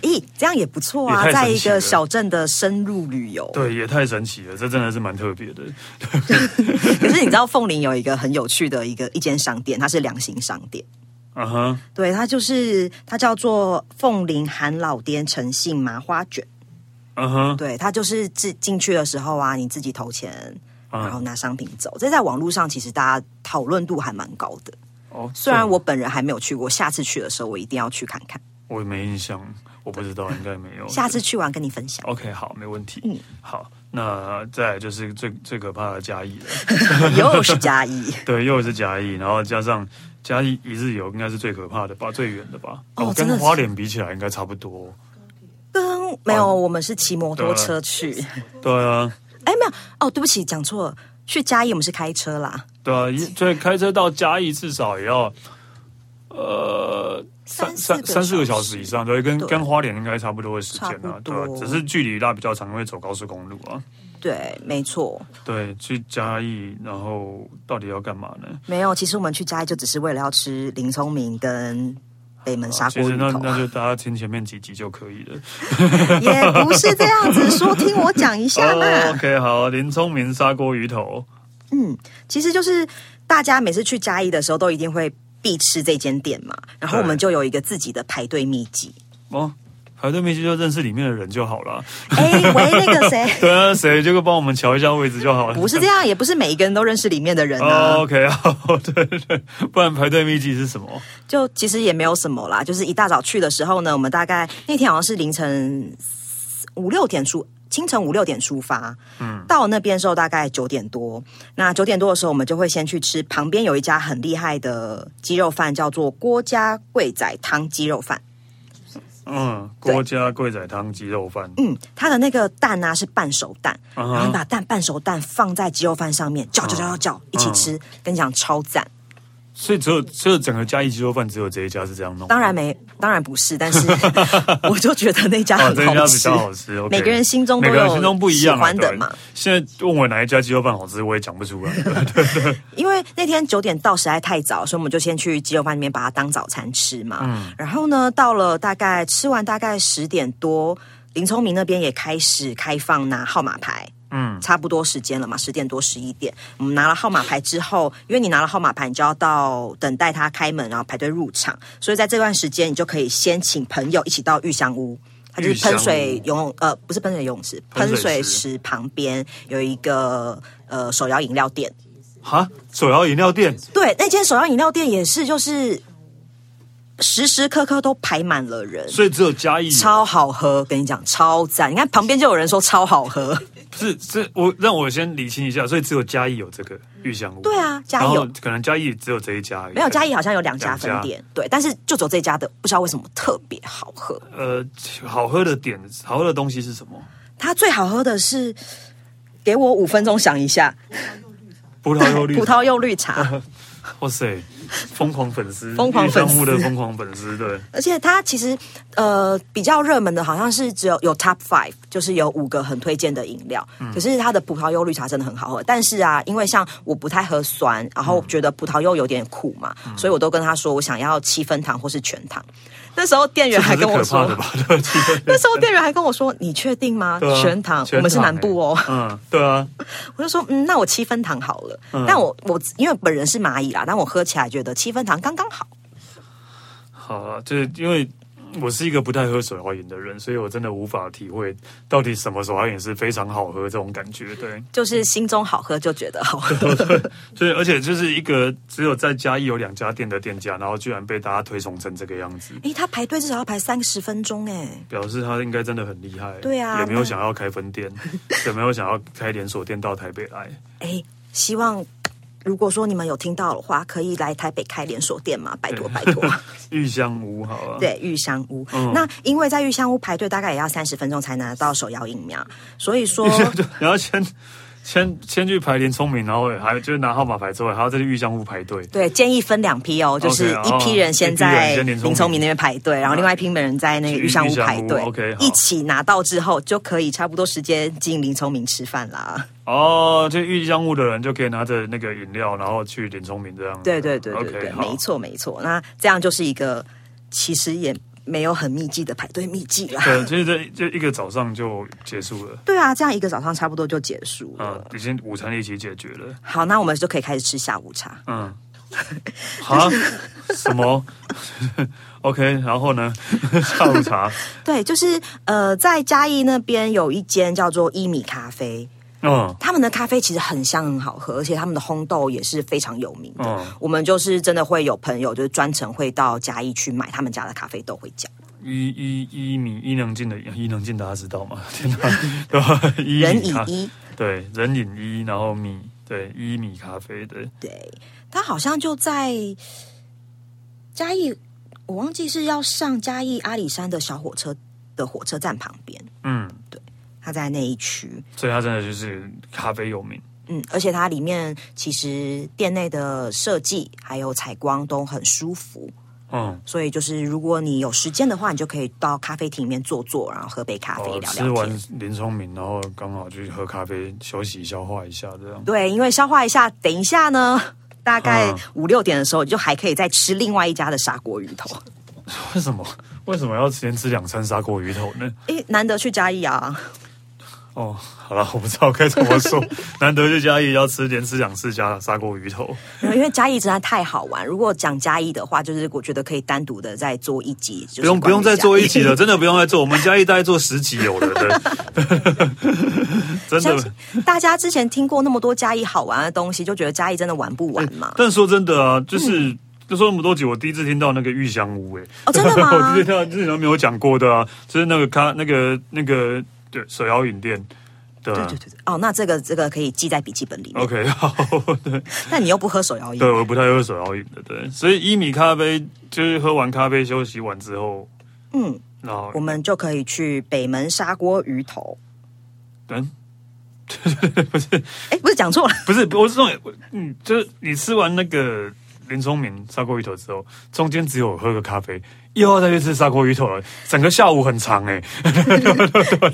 [SPEAKER 2] 咦，这样也不错啊，
[SPEAKER 1] 也太
[SPEAKER 2] 在
[SPEAKER 1] 神
[SPEAKER 2] 一
[SPEAKER 1] 奇
[SPEAKER 2] 个
[SPEAKER 1] 了
[SPEAKER 2] 小镇的深入旅游。
[SPEAKER 1] 对，也太神奇了，这真的是蛮特别的。嗯
[SPEAKER 2] 可是你知道凤林有一个很有趣的一个一间商店，它是良心商店。
[SPEAKER 1] 嗯哼，
[SPEAKER 2] 对，它就是它叫做凤林韩老爹诚信麻花卷。
[SPEAKER 1] 嗯哼，
[SPEAKER 2] 对，它就是进进去的时候啊，你自己投钱，然后
[SPEAKER 1] 嗯，
[SPEAKER 2] 拿商品走。这在网络上其实大家讨论度还蛮高的。
[SPEAKER 1] 哦，
[SPEAKER 2] 虽然我本人还没有去过，下次去的时候我一定要去看看。
[SPEAKER 1] 我没印象，我不知道，应该没有。
[SPEAKER 2] 下次去完嗯跟你分享。
[SPEAKER 1] OK，好，没问题。好，那再来就是最最可怕的嘉义了。
[SPEAKER 2] 又是嘉义，
[SPEAKER 1] 对，又是嘉义，然后加上嘉义一日游，应该是最可怕的吧，最远的吧。
[SPEAKER 2] 哦真的
[SPEAKER 1] 跟
[SPEAKER 2] 是
[SPEAKER 1] 花莲比起来，应该差不多。
[SPEAKER 2] 跟没
[SPEAKER 1] 哦
[SPEAKER 2] 有，我们是骑摩托
[SPEAKER 1] 对
[SPEAKER 2] 车去。
[SPEAKER 1] 对啊，
[SPEAKER 2] 哎，没有哦，对不起，讲错了。去嘉义我们是开车啦，
[SPEAKER 1] 对啊，一所以开车到嘉义至少也要呃
[SPEAKER 2] 三四个
[SPEAKER 1] 三四个
[SPEAKER 2] 小
[SPEAKER 1] 小
[SPEAKER 2] 时
[SPEAKER 1] 时以上，对，跟
[SPEAKER 2] 对
[SPEAKER 1] 跟花莲应该差不多的时间
[SPEAKER 2] 差
[SPEAKER 1] 啊
[SPEAKER 2] 不，
[SPEAKER 1] 对啊
[SPEAKER 2] 多，
[SPEAKER 1] 只是距离拉比较长，因为走高速公路啊。
[SPEAKER 2] 对，没错，
[SPEAKER 1] 对，去嘉义，然后到底要干嘛呢？
[SPEAKER 2] 没有。其实我们去嘉义就只是为了要吃林聪明跟北门砂
[SPEAKER 1] 啊其
[SPEAKER 2] 锅
[SPEAKER 1] 实
[SPEAKER 2] 鱼
[SPEAKER 1] 那
[SPEAKER 2] 头，
[SPEAKER 1] 那就大家听前面几集就可以 了。
[SPEAKER 2] 也不是这样子说。听我讲一下嘛。
[SPEAKER 1] 哦、OK，好，林聪明砂锅鱼头，
[SPEAKER 2] 嗯，其实就是大家每次去嘉义的时候都一定会必吃这间店嘛，然后我们
[SPEAKER 1] 对
[SPEAKER 2] 就有一个自己的排队秘籍。
[SPEAKER 1] 哦，排队面积就认识里面的人就好了。，
[SPEAKER 2] 哎，喂，那个谁
[SPEAKER 1] 对啊，谁就帮我们瞧一下位置就好了。
[SPEAKER 2] 不是这样，也不是每一个人都认识里面的人啊。
[SPEAKER 1] 哦、OK，好， 对对对，不然排队秘籍是什么？
[SPEAKER 2] 就其实也没有什么啦，就是一大早去的时候呢，我们大概那天好像是凌晨四五六点出。清晨五六点出发，嗯，到那边的时候大概九点多。那九点多的时候，我们就会先去吃旁边有一家很厉害的鸡肉饭，叫做郭家贵仔汤鸡肉饭。
[SPEAKER 1] 嗯，
[SPEAKER 2] 对
[SPEAKER 1] 郭家贵仔汤鸡肉饭，
[SPEAKER 2] 嗯，它的那个蛋啊是半熟蛋，
[SPEAKER 1] 嗯哼
[SPEAKER 2] 然后你把蛋半熟蛋放在鸡肉饭上面，搅搅
[SPEAKER 1] 嗯
[SPEAKER 2] 搅搅搅一起吃，跟你讲超赞。
[SPEAKER 1] 所以只有只有整个嘉义鸡肉饭只有这一家是这样弄。
[SPEAKER 2] 当然没，当然不是，但是我就觉得那家
[SPEAKER 1] 哦，这
[SPEAKER 2] 很
[SPEAKER 1] 一家
[SPEAKER 2] 好
[SPEAKER 1] 比
[SPEAKER 2] 吃。
[SPEAKER 1] 较好吃。OK
[SPEAKER 2] 每个人心中都
[SPEAKER 1] 每
[SPEAKER 2] 有
[SPEAKER 1] 个人心中不一样啊
[SPEAKER 2] 喜欢的嘛。
[SPEAKER 1] 对现在问我哪一家鸡肉饭好吃，我也讲不出来。 对对
[SPEAKER 2] 因为那天九点到实在太早，所以我们就先去鸡肉饭里面把它当早餐吃嘛。
[SPEAKER 1] 嗯
[SPEAKER 2] 然后呢，到了大概吃完大概十点多，林聪明那边也开始开放拿号码牌。
[SPEAKER 1] 嗯，
[SPEAKER 2] 差不多时间了嘛，十点多十一点，我们拿了号码牌之后，因为你拿了号码牌，你就要到等待他开门，然后排队入场，所以在这段时间，你就可以先请朋友一起到玉香屋，它就是喷水
[SPEAKER 1] 玉香
[SPEAKER 2] 游泳呃不是喷水游泳池，
[SPEAKER 1] 喷
[SPEAKER 2] 喷
[SPEAKER 1] 水池
[SPEAKER 2] 水池旁边有一个呃手摇饮料店，
[SPEAKER 1] 哈，手摇饮料店
[SPEAKER 2] 对，那间手摇饮料店也是就是时时刻刻都排满了人。
[SPEAKER 1] 所以只有嘉义有
[SPEAKER 2] 超好喝，跟你讲超赞！你看旁边就有人说超 好喝，
[SPEAKER 1] 不是这我让我先理清一下，所以只有嘉义有这个玉香屋，
[SPEAKER 2] 嗯对啊嘉义
[SPEAKER 1] 然后
[SPEAKER 2] 有
[SPEAKER 1] 可能嘉义只有这一家而已，
[SPEAKER 2] 没有嘉义好像有两家
[SPEAKER 1] 两家
[SPEAKER 2] 分店，对，但是就走这家的，不知道为什么特别好喝。
[SPEAKER 1] 呃，好喝的点，好喝的东西是什么？
[SPEAKER 2] 它最好喝的是，给我五分钟想一下，
[SPEAKER 1] 葡萄哦柚绿，
[SPEAKER 2] 葡，萄柚 绿茶，
[SPEAKER 1] 哇塞，疯狂粉丝，
[SPEAKER 2] 疯狂粉丝
[SPEAKER 1] 玉香屋的疯狂粉丝，对，
[SPEAKER 2] 而且它其实呃比较热门的，好像是只有有 top five，就是有五个很推荐的饮料。
[SPEAKER 1] 嗯
[SPEAKER 2] 可是它的葡萄柚绿茶真的很好喝，但是啊，因为像我不太喝酸，然后觉得葡萄柚有点苦嘛，
[SPEAKER 1] 嗯
[SPEAKER 2] 所以我都跟他说我想要七分糖或是全糖。那时候店 员还跟我
[SPEAKER 1] 这是可怕
[SPEAKER 2] 说
[SPEAKER 1] 的，吧？对，其实
[SPEAKER 2] 那时候店员还跟我说你确定吗？
[SPEAKER 1] 对啊
[SPEAKER 2] 全糖，我们是南部哦。
[SPEAKER 1] 欸嗯，对啊，
[SPEAKER 2] 我就说，嗯，那我七分糖好了。
[SPEAKER 1] 嗯
[SPEAKER 2] 但我我因为本人是蚂蚁啦，但我喝起来觉得七分糖刚刚好。
[SPEAKER 1] 好啊，就是因为我是一个不太喝手摇饮的人，所以我真的无法体会到底什么手摇饮是非常好喝这种感觉。对，
[SPEAKER 2] 就是心中好喝就觉得好喝。
[SPEAKER 1] 所以而且就是一个只有在嘉义有两家店的店家，然后居然被大家推崇成这个样子，
[SPEAKER 2] 诶，他排队至少要排三十分钟哎，
[SPEAKER 1] 表示他应该真的很厉害。
[SPEAKER 2] 对啊
[SPEAKER 1] 也没有
[SPEAKER 2] 那
[SPEAKER 1] 想要开分 店，也没有想要开连锁店到台北来。
[SPEAKER 2] 诶，希望如果说你们有听到的话，可以来台北开连锁店嘛，拜托拜托。
[SPEAKER 1] 玉香屋好啊，，
[SPEAKER 2] 对，玉香屋。
[SPEAKER 1] 嗯
[SPEAKER 2] 那因为在玉香屋排队大概也要三十分钟才拿到手摇疫苗，所 以说
[SPEAKER 1] 然后先先先去排林聪明，然后还就是拿号码牌之后，还要再去玉香屋排队。
[SPEAKER 2] 对建议分两批哦，就是一
[SPEAKER 1] OK，
[SPEAKER 2] 批人先
[SPEAKER 1] 哦一批人
[SPEAKER 2] 在
[SPEAKER 1] 先林聪明
[SPEAKER 2] 林聪明那边排队，然后另外一批人在那个玉香屋排
[SPEAKER 1] 玉香
[SPEAKER 2] 队
[SPEAKER 1] 屋，OK，好
[SPEAKER 2] 一起拿到之后就可以差不多时间进林聪明吃饭啦。
[SPEAKER 1] 哦，就玉香屋的人就可以拿着那个饮料，然后去林聪明这样。
[SPEAKER 2] 对对对对
[SPEAKER 1] OK，
[SPEAKER 2] 对，
[SPEAKER 1] 好
[SPEAKER 2] 没错没错。那这样就是一个其实也没有很密集的排队秘籍啦。
[SPEAKER 1] 对，其实这就一个早上就结束 了，
[SPEAKER 2] 对啊，这样一个早上差不多就结束了。
[SPEAKER 1] 嗯，已经午餐一起解决了，
[SPEAKER 2] 好，那我们就可以开始吃下午茶。
[SPEAKER 1] 嗯，啊，什么？OK，然后 呢？下午茶
[SPEAKER 2] 对，就是呃，在嘉义那边有一间叫做伊米咖啡，
[SPEAKER 1] 嗯，
[SPEAKER 2] 他们的咖啡其实很香很好喝，而且他们的烘豆也是非常有名的。
[SPEAKER 1] 嗯
[SPEAKER 2] 我们就是真的会有朋友就是专程会到嘉义去买他们家的咖啡豆回家，
[SPEAKER 1] 伊伊伊米伊能静的伊能静，大家知道吗？ 天哪，对吧？伊
[SPEAKER 2] 人
[SPEAKER 1] 米
[SPEAKER 2] 以
[SPEAKER 1] 咖
[SPEAKER 2] 一
[SPEAKER 1] 对人饮一，然后米对伊米咖啡对，
[SPEAKER 2] 对，他好像就在嘉义，我忘记是要上嘉义阿里山的小火车的火车站旁边，
[SPEAKER 1] 嗯，
[SPEAKER 2] 他在那一区。
[SPEAKER 1] 所以它真的就是咖啡有名。
[SPEAKER 2] 嗯，而且它里面其实店内的设计还有采光都很舒服，
[SPEAKER 1] 嗯，
[SPEAKER 2] 所以就是如果你有时间的话，你就可以到咖啡厅里面坐坐，然后喝杯咖啡
[SPEAKER 1] 哦，
[SPEAKER 2] 聊
[SPEAKER 1] 吃
[SPEAKER 2] 聊
[SPEAKER 1] 完
[SPEAKER 2] 天。
[SPEAKER 1] 林聪明，然后刚好去喝咖啡休息消化一下，这样。
[SPEAKER 2] 对，因为消化一下，等一下呢，大概
[SPEAKER 1] 嗯
[SPEAKER 2] 五六点的时候，你就还可以再吃另外一家的砂锅鱼头。
[SPEAKER 1] 为什么为什么要先吃两餐砂锅鱼头呢？
[SPEAKER 2] 诶，难得去嘉义啊，
[SPEAKER 1] 哦，好了，我不知道该怎么 说。难得去嘉义要吃连吃两次加砂锅鱼头。
[SPEAKER 2] 因为嘉义真的太好玩。如果讲嘉义的话，就是我觉得可以单独的再做一集，就是
[SPEAKER 1] 不用不
[SPEAKER 2] 关于
[SPEAKER 1] 用再做一集
[SPEAKER 2] 嘉义
[SPEAKER 1] 了，。真的不用再做。我们嘉义大概做十集有了，对， 真
[SPEAKER 2] 相
[SPEAKER 1] 的
[SPEAKER 2] 信。大家之前听过那么多嘉义好玩的东西，就觉得嘉义真的玩不
[SPEAKER 1] 嗯
[SPEAKER 2] 完嘛？
[SPEAKER 1] 但说真的啊，就是。就说那么多集，我第一次听到那个玉香屋、欸，
[SPEAKER 2] 嗯哦真的吗
[SPEAKER 1] 我第一次听到之前都没有讲过的啊，就是那个咖那个那个对手摇饮店，对啊
[SPEAKER 2] 对对对，哦，那这个这个可以记在笔记本里 面。
[SPEAKER 1] ，OK，好， 对
[SPEAKER 2] 但你又不喝手摇饮
[SPEAKER 1] 哦对，，我不太喝手摇饮的，对，所以一米咖啡就是喝完咖啡休息完之后，
[SPEAKER 2] 嗯，
[SPEAKER 1] 然后
[SPEAKER 2] 我们就可以去北门砂锅鱼头。
[SPEAKER 1] 嗯，
[SPEAKER 2] 哎，不是讲 错了，
[SPEAKER 1] 不是，我是说，嗯，就是你吃完那个林聪明砂锅鱼头之后，中间只有喝个咖啡，又要再去吃砂锅鱼头了，整个下午很长哎、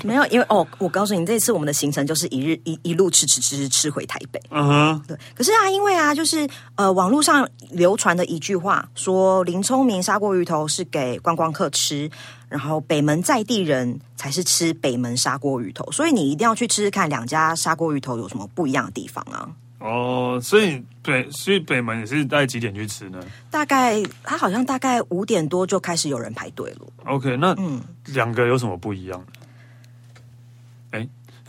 [SPEAKER 2] 没有，因为哦，我告诉你，这次我们的行程就是一日一一路吃吃吃吃吃回台北。
[SPEAKER 1] 嗯哼，
[SPEAKER 2] 对，可是啊，因为啊，就是呃，网络上流传的一句话说，林聪明砂锅鱼头是给观光客吃，然后北门在地人才是吃北门砂锅鱼头，所以你一定要去吃吃看两家砂锅鱼头有什么不一样的地方啊。
[SPEAKER 1] 哦，所以北所以北门也是在几点去吃呢
[SPEAKER 2] 大概他好像大概五点多就开始有人排队了。
[SPEAKER 1] ？OK，那两个有什么不一样？哎、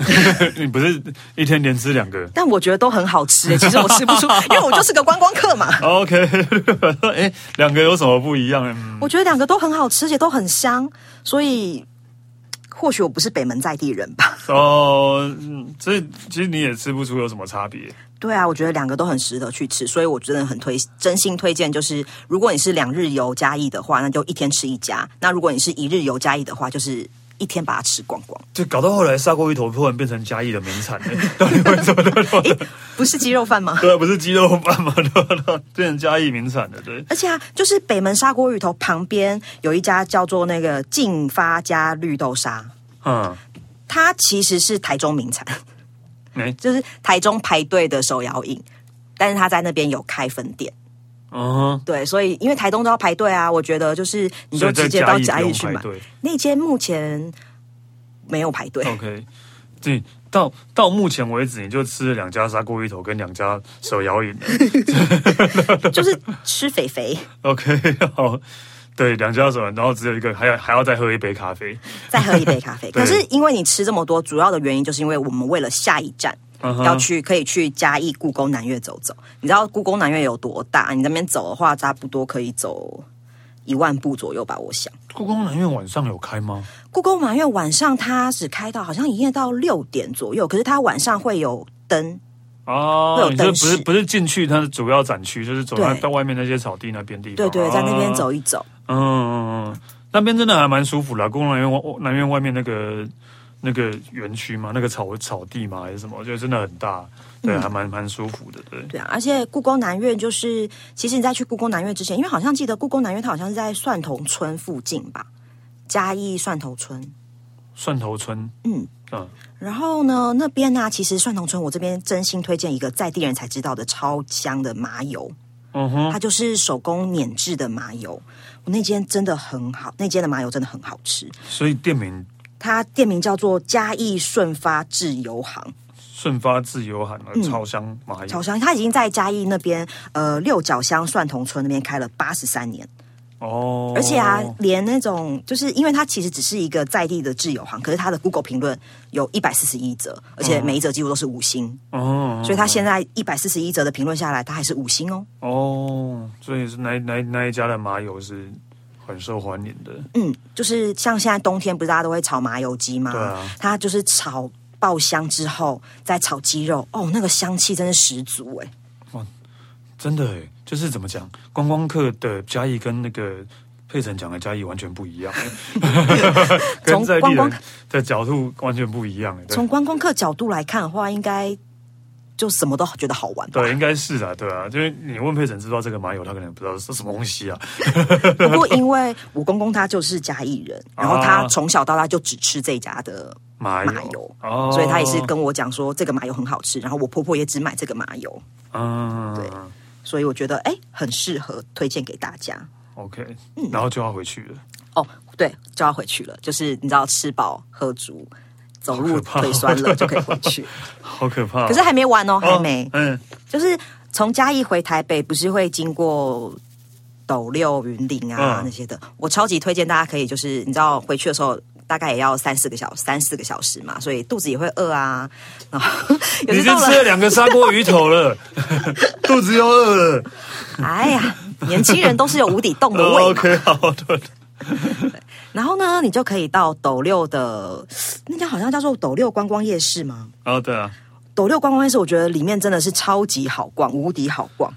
[SPEAKER 1] 你不是一天连吃两个
[SPEAKER 2] 但我觉得都很好吃、欸，其实我吃 不出，因为我就是个观光客嘛。
[SPEAKER 1] ？OK，哎、两个有什么不一样？嗯
[SPEAKER 2] 我觉得两个都很好吃，而且都很香，所以或许我不是北门在地人吧。
[SPEAKER 1] 哦，嗯所以其实你也吃不出有什么差别。
[SPEAKER 2] 对啊，我觉得两个都很值得去吃，所以我真的很推，真心推荐。就是如果你是两日游嘉义的话，那就一天吃一家；那如果你是一日游嘉义的话，就是一天把它吃光光。
[SPEAKER 1] 就搞到后来砂锅鱼头突然变成嘉义的名产、 欸，到底为什么？
[SPEAKER 2] 不是鸡肉饭吗？
[SPEAKER 1] 对啊，不是鸡肉饭吗？对啊对啊变成嘉义名产的，对。
[SPEAKER 2] 而且啊，就是北门砂锅鱼头旁边有一家叫做那个劲发加绿豆沙，
[SPEAKER 1] 嗯，
[SPEAKER 2] 它其实是台中名产，
[SPEAKER 1] 哎、
[SPEAKER 2] 就是台中排队的手摇饮，但是它在那边有开分店。
[SPEAKER 1] 嗯哼，
[SPEAKER 2] 对，所以因为台东都要排队啊，我觉得就是你
[SPEAKER 1] 所以在
[SPEAKER 2] 就直接到
[SPEAKER 1] 嘉
[SPEAKER 2] 嘉
[SPEAKER 1] 义
[SPEAKER 2] 义
[SPEAKER 1] 不
[SPEAKER 2] 去
[SPEAKER 1] 用排
[SPEAKER 2] 买。
[SPEAKER 1] 队。
[SPEAKER 2] 那间目前没有排 队，
[SPEAKER 1] OK，对，到到目前为止，你就吃了两家砂锅鱼头跟两家 手摇饮了。
[SPEAKER 2] 就是吃肥肥。
[SPEAKER 1] OK，好，对，两家手摇，然后只有一个，还要还要再喝一杯咖啡。
[SPEAKER 2] 再喝一杯咖啡。
[SPEAKER 1] 对
[SPEAKER 2] 可是因为你吃这么多，主要的原因就是因为我们为了下一站。
[SPEAKER 1] 嗯哼
[SPEAKER 2] 要去可以去嘉义故宫南岳走走，你知道故宫南岳有多大？你那边走的话，差不多可以走一万步左右吧，我想。
[SPEAKER 1] 故宫南院晚上有开吗？
[SPEAKER 2] 故宫南院晚上它只开到好像营业到六点左右，可是它晚上会有灯，会
[SPEAKER 1] 啊，
[SPEAKER 2] 有
[SPEAKER 1] 你这
[SPEAKER 2] 灯
[SPEAKER 1] 不是
[SPEAKER 2] 饰
[SPEAKER 1] 不是进去它的主要展区，就是走到
[SPEAKER 2] 对
[SPEAKER 1] 到外面那些草地那边地方。
[SPEAKER 2] 对对，在那边
[SPEAKER 1] 啊
[SPEAKER 2] 走一走。
[SPEAKER 1] 嗯嗯，嗯，那边真的还蛮舒服啦。故宫南院外南院外面那个那个园区嘛，那个草草地嘛还是什么，我觉得真的很大，对，还蛮蛮舒服的。对，
[SPEAKER 2] 嗯对啊，而且故宫南院就是，其实你在去故宫南院之前，因为好像记得故宫南院它好像是在蒜头村附近吧，嘉义蒜头村。
[SPEAKER 1] 蒜头村，
[SPEAKER 2] 嗯
[SPEAKER 1] 嗯，
[SPEAKER 2] 然后呢，那边呢、其实蒜头村我这边真心推荐一个在地人才知道的超香的麻油，
[SPEAKER 1] 嗯哼，
[SPEAKER 2] 它就是手工碾制的麻油。我那间真的很好，那间的麻油真的很好吃。
[SPEAKER 1] 所以店名
[SPEAKER 2] 它店名叫做嘉义顺发制油行，
[SPEAKER 1] 顺发自由行啊，超香麻
[SPEAKER 2] 嗯超
[SPEAKER 1] 油
[SPEAKER 2] 香！它已经在嘉义那边，呃，六角乡蒜头村那边开了八十三年。
[SPEAKER 1] 哦，
[SPEAKER 2] 而且啊，连那种就是因为它其实只是一个在地的挚友行，可是它的 Google 评论有一百四十一则，而且每一则几乎都是五星，
[SPEAKER 1] 嗯哦，
[SPEAKER 2] 所以它现在一百四十一则的评论下来，它还是五星哦。
[SPEAKER 1] 哦，所以是哪哪哪一家的麻油是很受欢迎的，
[SPEAKER 2] 嗯，就是像现在冬天不是大家都会炒麻油鸡吗？
[SPEAKER 1] 对啊
[SPEAKER 2] 它就是炒爆香之后再炒鸡肉，哦，那个香气真是十足哎、
[SPEAKER 1] 真的诶，就是怎么讲，观光客的嘉义跟那个佩城讲的嘉义完全不一 样，跟
[SPEAKER 2] 从
[SPEAKER 1] 在地
[SPEAKER 2] 观光
[SPEAKER 1] 人的角度完全不一样。欸对
[SPEAKER 2] 从观光客角度来看的话，应该就什么都觉得好玩 吧。
[SPEAKER 1] 对，应该是啊，对啊，就是你问佩城知道这个麻油，他可能不知道是什么东西啊。
[SPEAKER 2] 不过因为我公公他就是嘉义人，然后他
[SPEAKER 1] 啊
[SPEAKER 2] 从小到大就只吃这家的
[SPEAKER 1] 麻油，
[SPEAKER 2] 麻油
[SPEAKER 1] 哦
[SPEAKER 2] 所以他也是跟我讲说这个麻油很好吃，然后我婆婆也只买这个麻油，
[SPEAKER 1] 嗯，
[SPEAKER 2] 对所以我觉得哎很适合推荐给大家。
[SPEAKER 1] ，OK，然
[SPEAKER 2] 嗯
[SPEAKER 1] 后就要回去了。
[SPEAKER 2] 哦，对，就要回去了，就是你知道吃饱喝足，走路
[SPEAKER 1] 好可怕哦
[SPEAKER 2] 腿酸了就可以回去。
[SPEAKER 1] 好可怕哦！
[SPEAKER 2] 可是还没完哦，还
[SPEAKER 1] 哦
[SPEAKER 2] 没，
[SPEAKER 1] 嗯，
[SPEAKER 2] 就是从嘉义回台北，不是会经过。斗六、云林啊、
[SPEAKER 1] 嗯
[SPEAKER 2] 那些的，我超级推荐大家可以，就是你知道回去的时候大概也要三四个小三四个小时嘛，所以肚子也会饿啊。然后 有
[SPEAKER 1] 你已
[SPEAKER 2] 时
[SPEAKER 1] 经
[SPEAKER 2] 到了
[SPEAKER 1] 吃了两个砂锅鱼头了， 肚子又饿了。哦
[SPEAKER 2] 哎 呀，年轻人都是有无底洞的胃嘛。
[SPEAKER 1] OK，好的，
[SPEAKER 2] 然后呢，你就可以到斗六的那家好像叫做斗六观光夜市吗？
[SPEAKER 1] 哦，对啊。
[SPEAKER 2] 斗六观光夜市，我觉得里面真的是超级好逛，无敌好逛。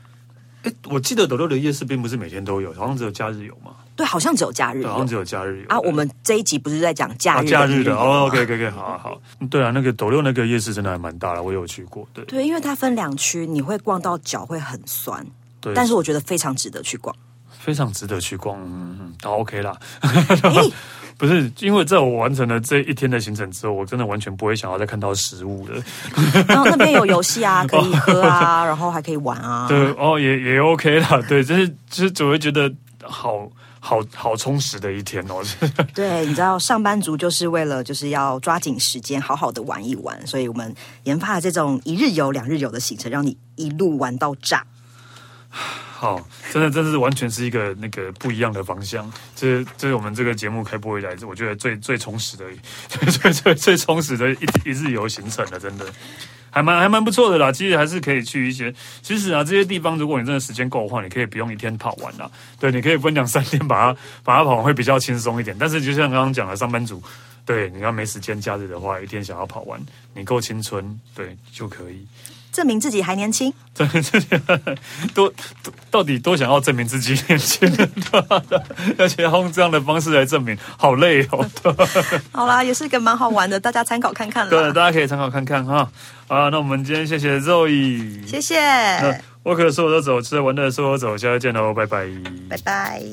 [SPEAKER 1] 哎，我记得斗六的夜市并不是每天都有，好像只有假日有嘛，
[SPEAKER 2] 对，好像只有假日
[SPEAKER 1] 对，
[SPEAKER 2] 有
[SPEAKER 1] 好像只有假日有
[SPEAKER 2] 啊。我们这一集不是在讲假
[SPEAKER 1] 啊，
[SPEAKER 2] 日
[SPEAKER 1] 假日的
[SPEAKER 2] 旅游
[SPEAKER 1] 哦
[SPEAKER 2] 吗
[SPEAKER 1] ，OK OK OK，好啊好，对啊，那个斗六那个夜市真的还蛮大的，我有去过，对
[SPEAKER 2] 对，因为它分两区，你会逛到脚会很酸，
[SPEAKER 1] 对，
[SPEAKER 2] 但是我觉得非常值得去逛。
[SPEAKER 1] 非常值得去逛，嗯嗯，好 OK 啦，
[SPEAKER 2] 哎，
[SPEAKER 1] 不是因为在我完成了这一天的行程之后，我真的完全不会想要再看到食物了，
[SPEAKER 2] 然后那边有游戏啊，可以喝 啊，然后还可以玩啊。
[SPEAKER 1] 对，哦也也 OK 啦，对，就是就是只会觉得好好好充实的一天哦，
[SPEAKER 2] 对，你知道上班族就是为了就是要抓紧时间，好好的玩一玩，所以我们研发了这种一日游、两日游的行程，让你一路玩到炸。
[SPEAKER 1] 好，真的，真的是完全是一个那个不一样的方向。这这是我们这个节目开播以来，我觉得最最充实的、最 最最最充实的一一日游行程了，真的。还蛮还蛮不错的啦，其实还是可以去一些。其实啊，这些地方如果你真的时间够的话，你可以不用一天跑完啦。对，你可以分两三天把它 把它跑完，会比较轻松一点。但是就像刚刚讲的，上班族，对，你要没时间，假日的话，一天想要跑完，你够青春，对就可以。
[SPEAKER 2] 证明自己还年轻，
[SPEAKER 1] 对，这些多多到底多想要证明自己年轻，对吧而且 要用这样的方式来证明，好累哦。对吧
[SPEAKER 2] 好啦，也是个蛮好玩的，大家参考看看
[SPEAKER 1] 对，
[SPEAKER 2] 啦。
[SPEAKER 1] 大家可以参考看看哈。啊，那我们今天谢谢 Zoe，
[SPEAKER 2] 谢谢，
[SPEAKER 1] 那我可说我都走，吃的玩的说我走，下次见喽，拜拜。
[SPEAKER 2] 拜拜。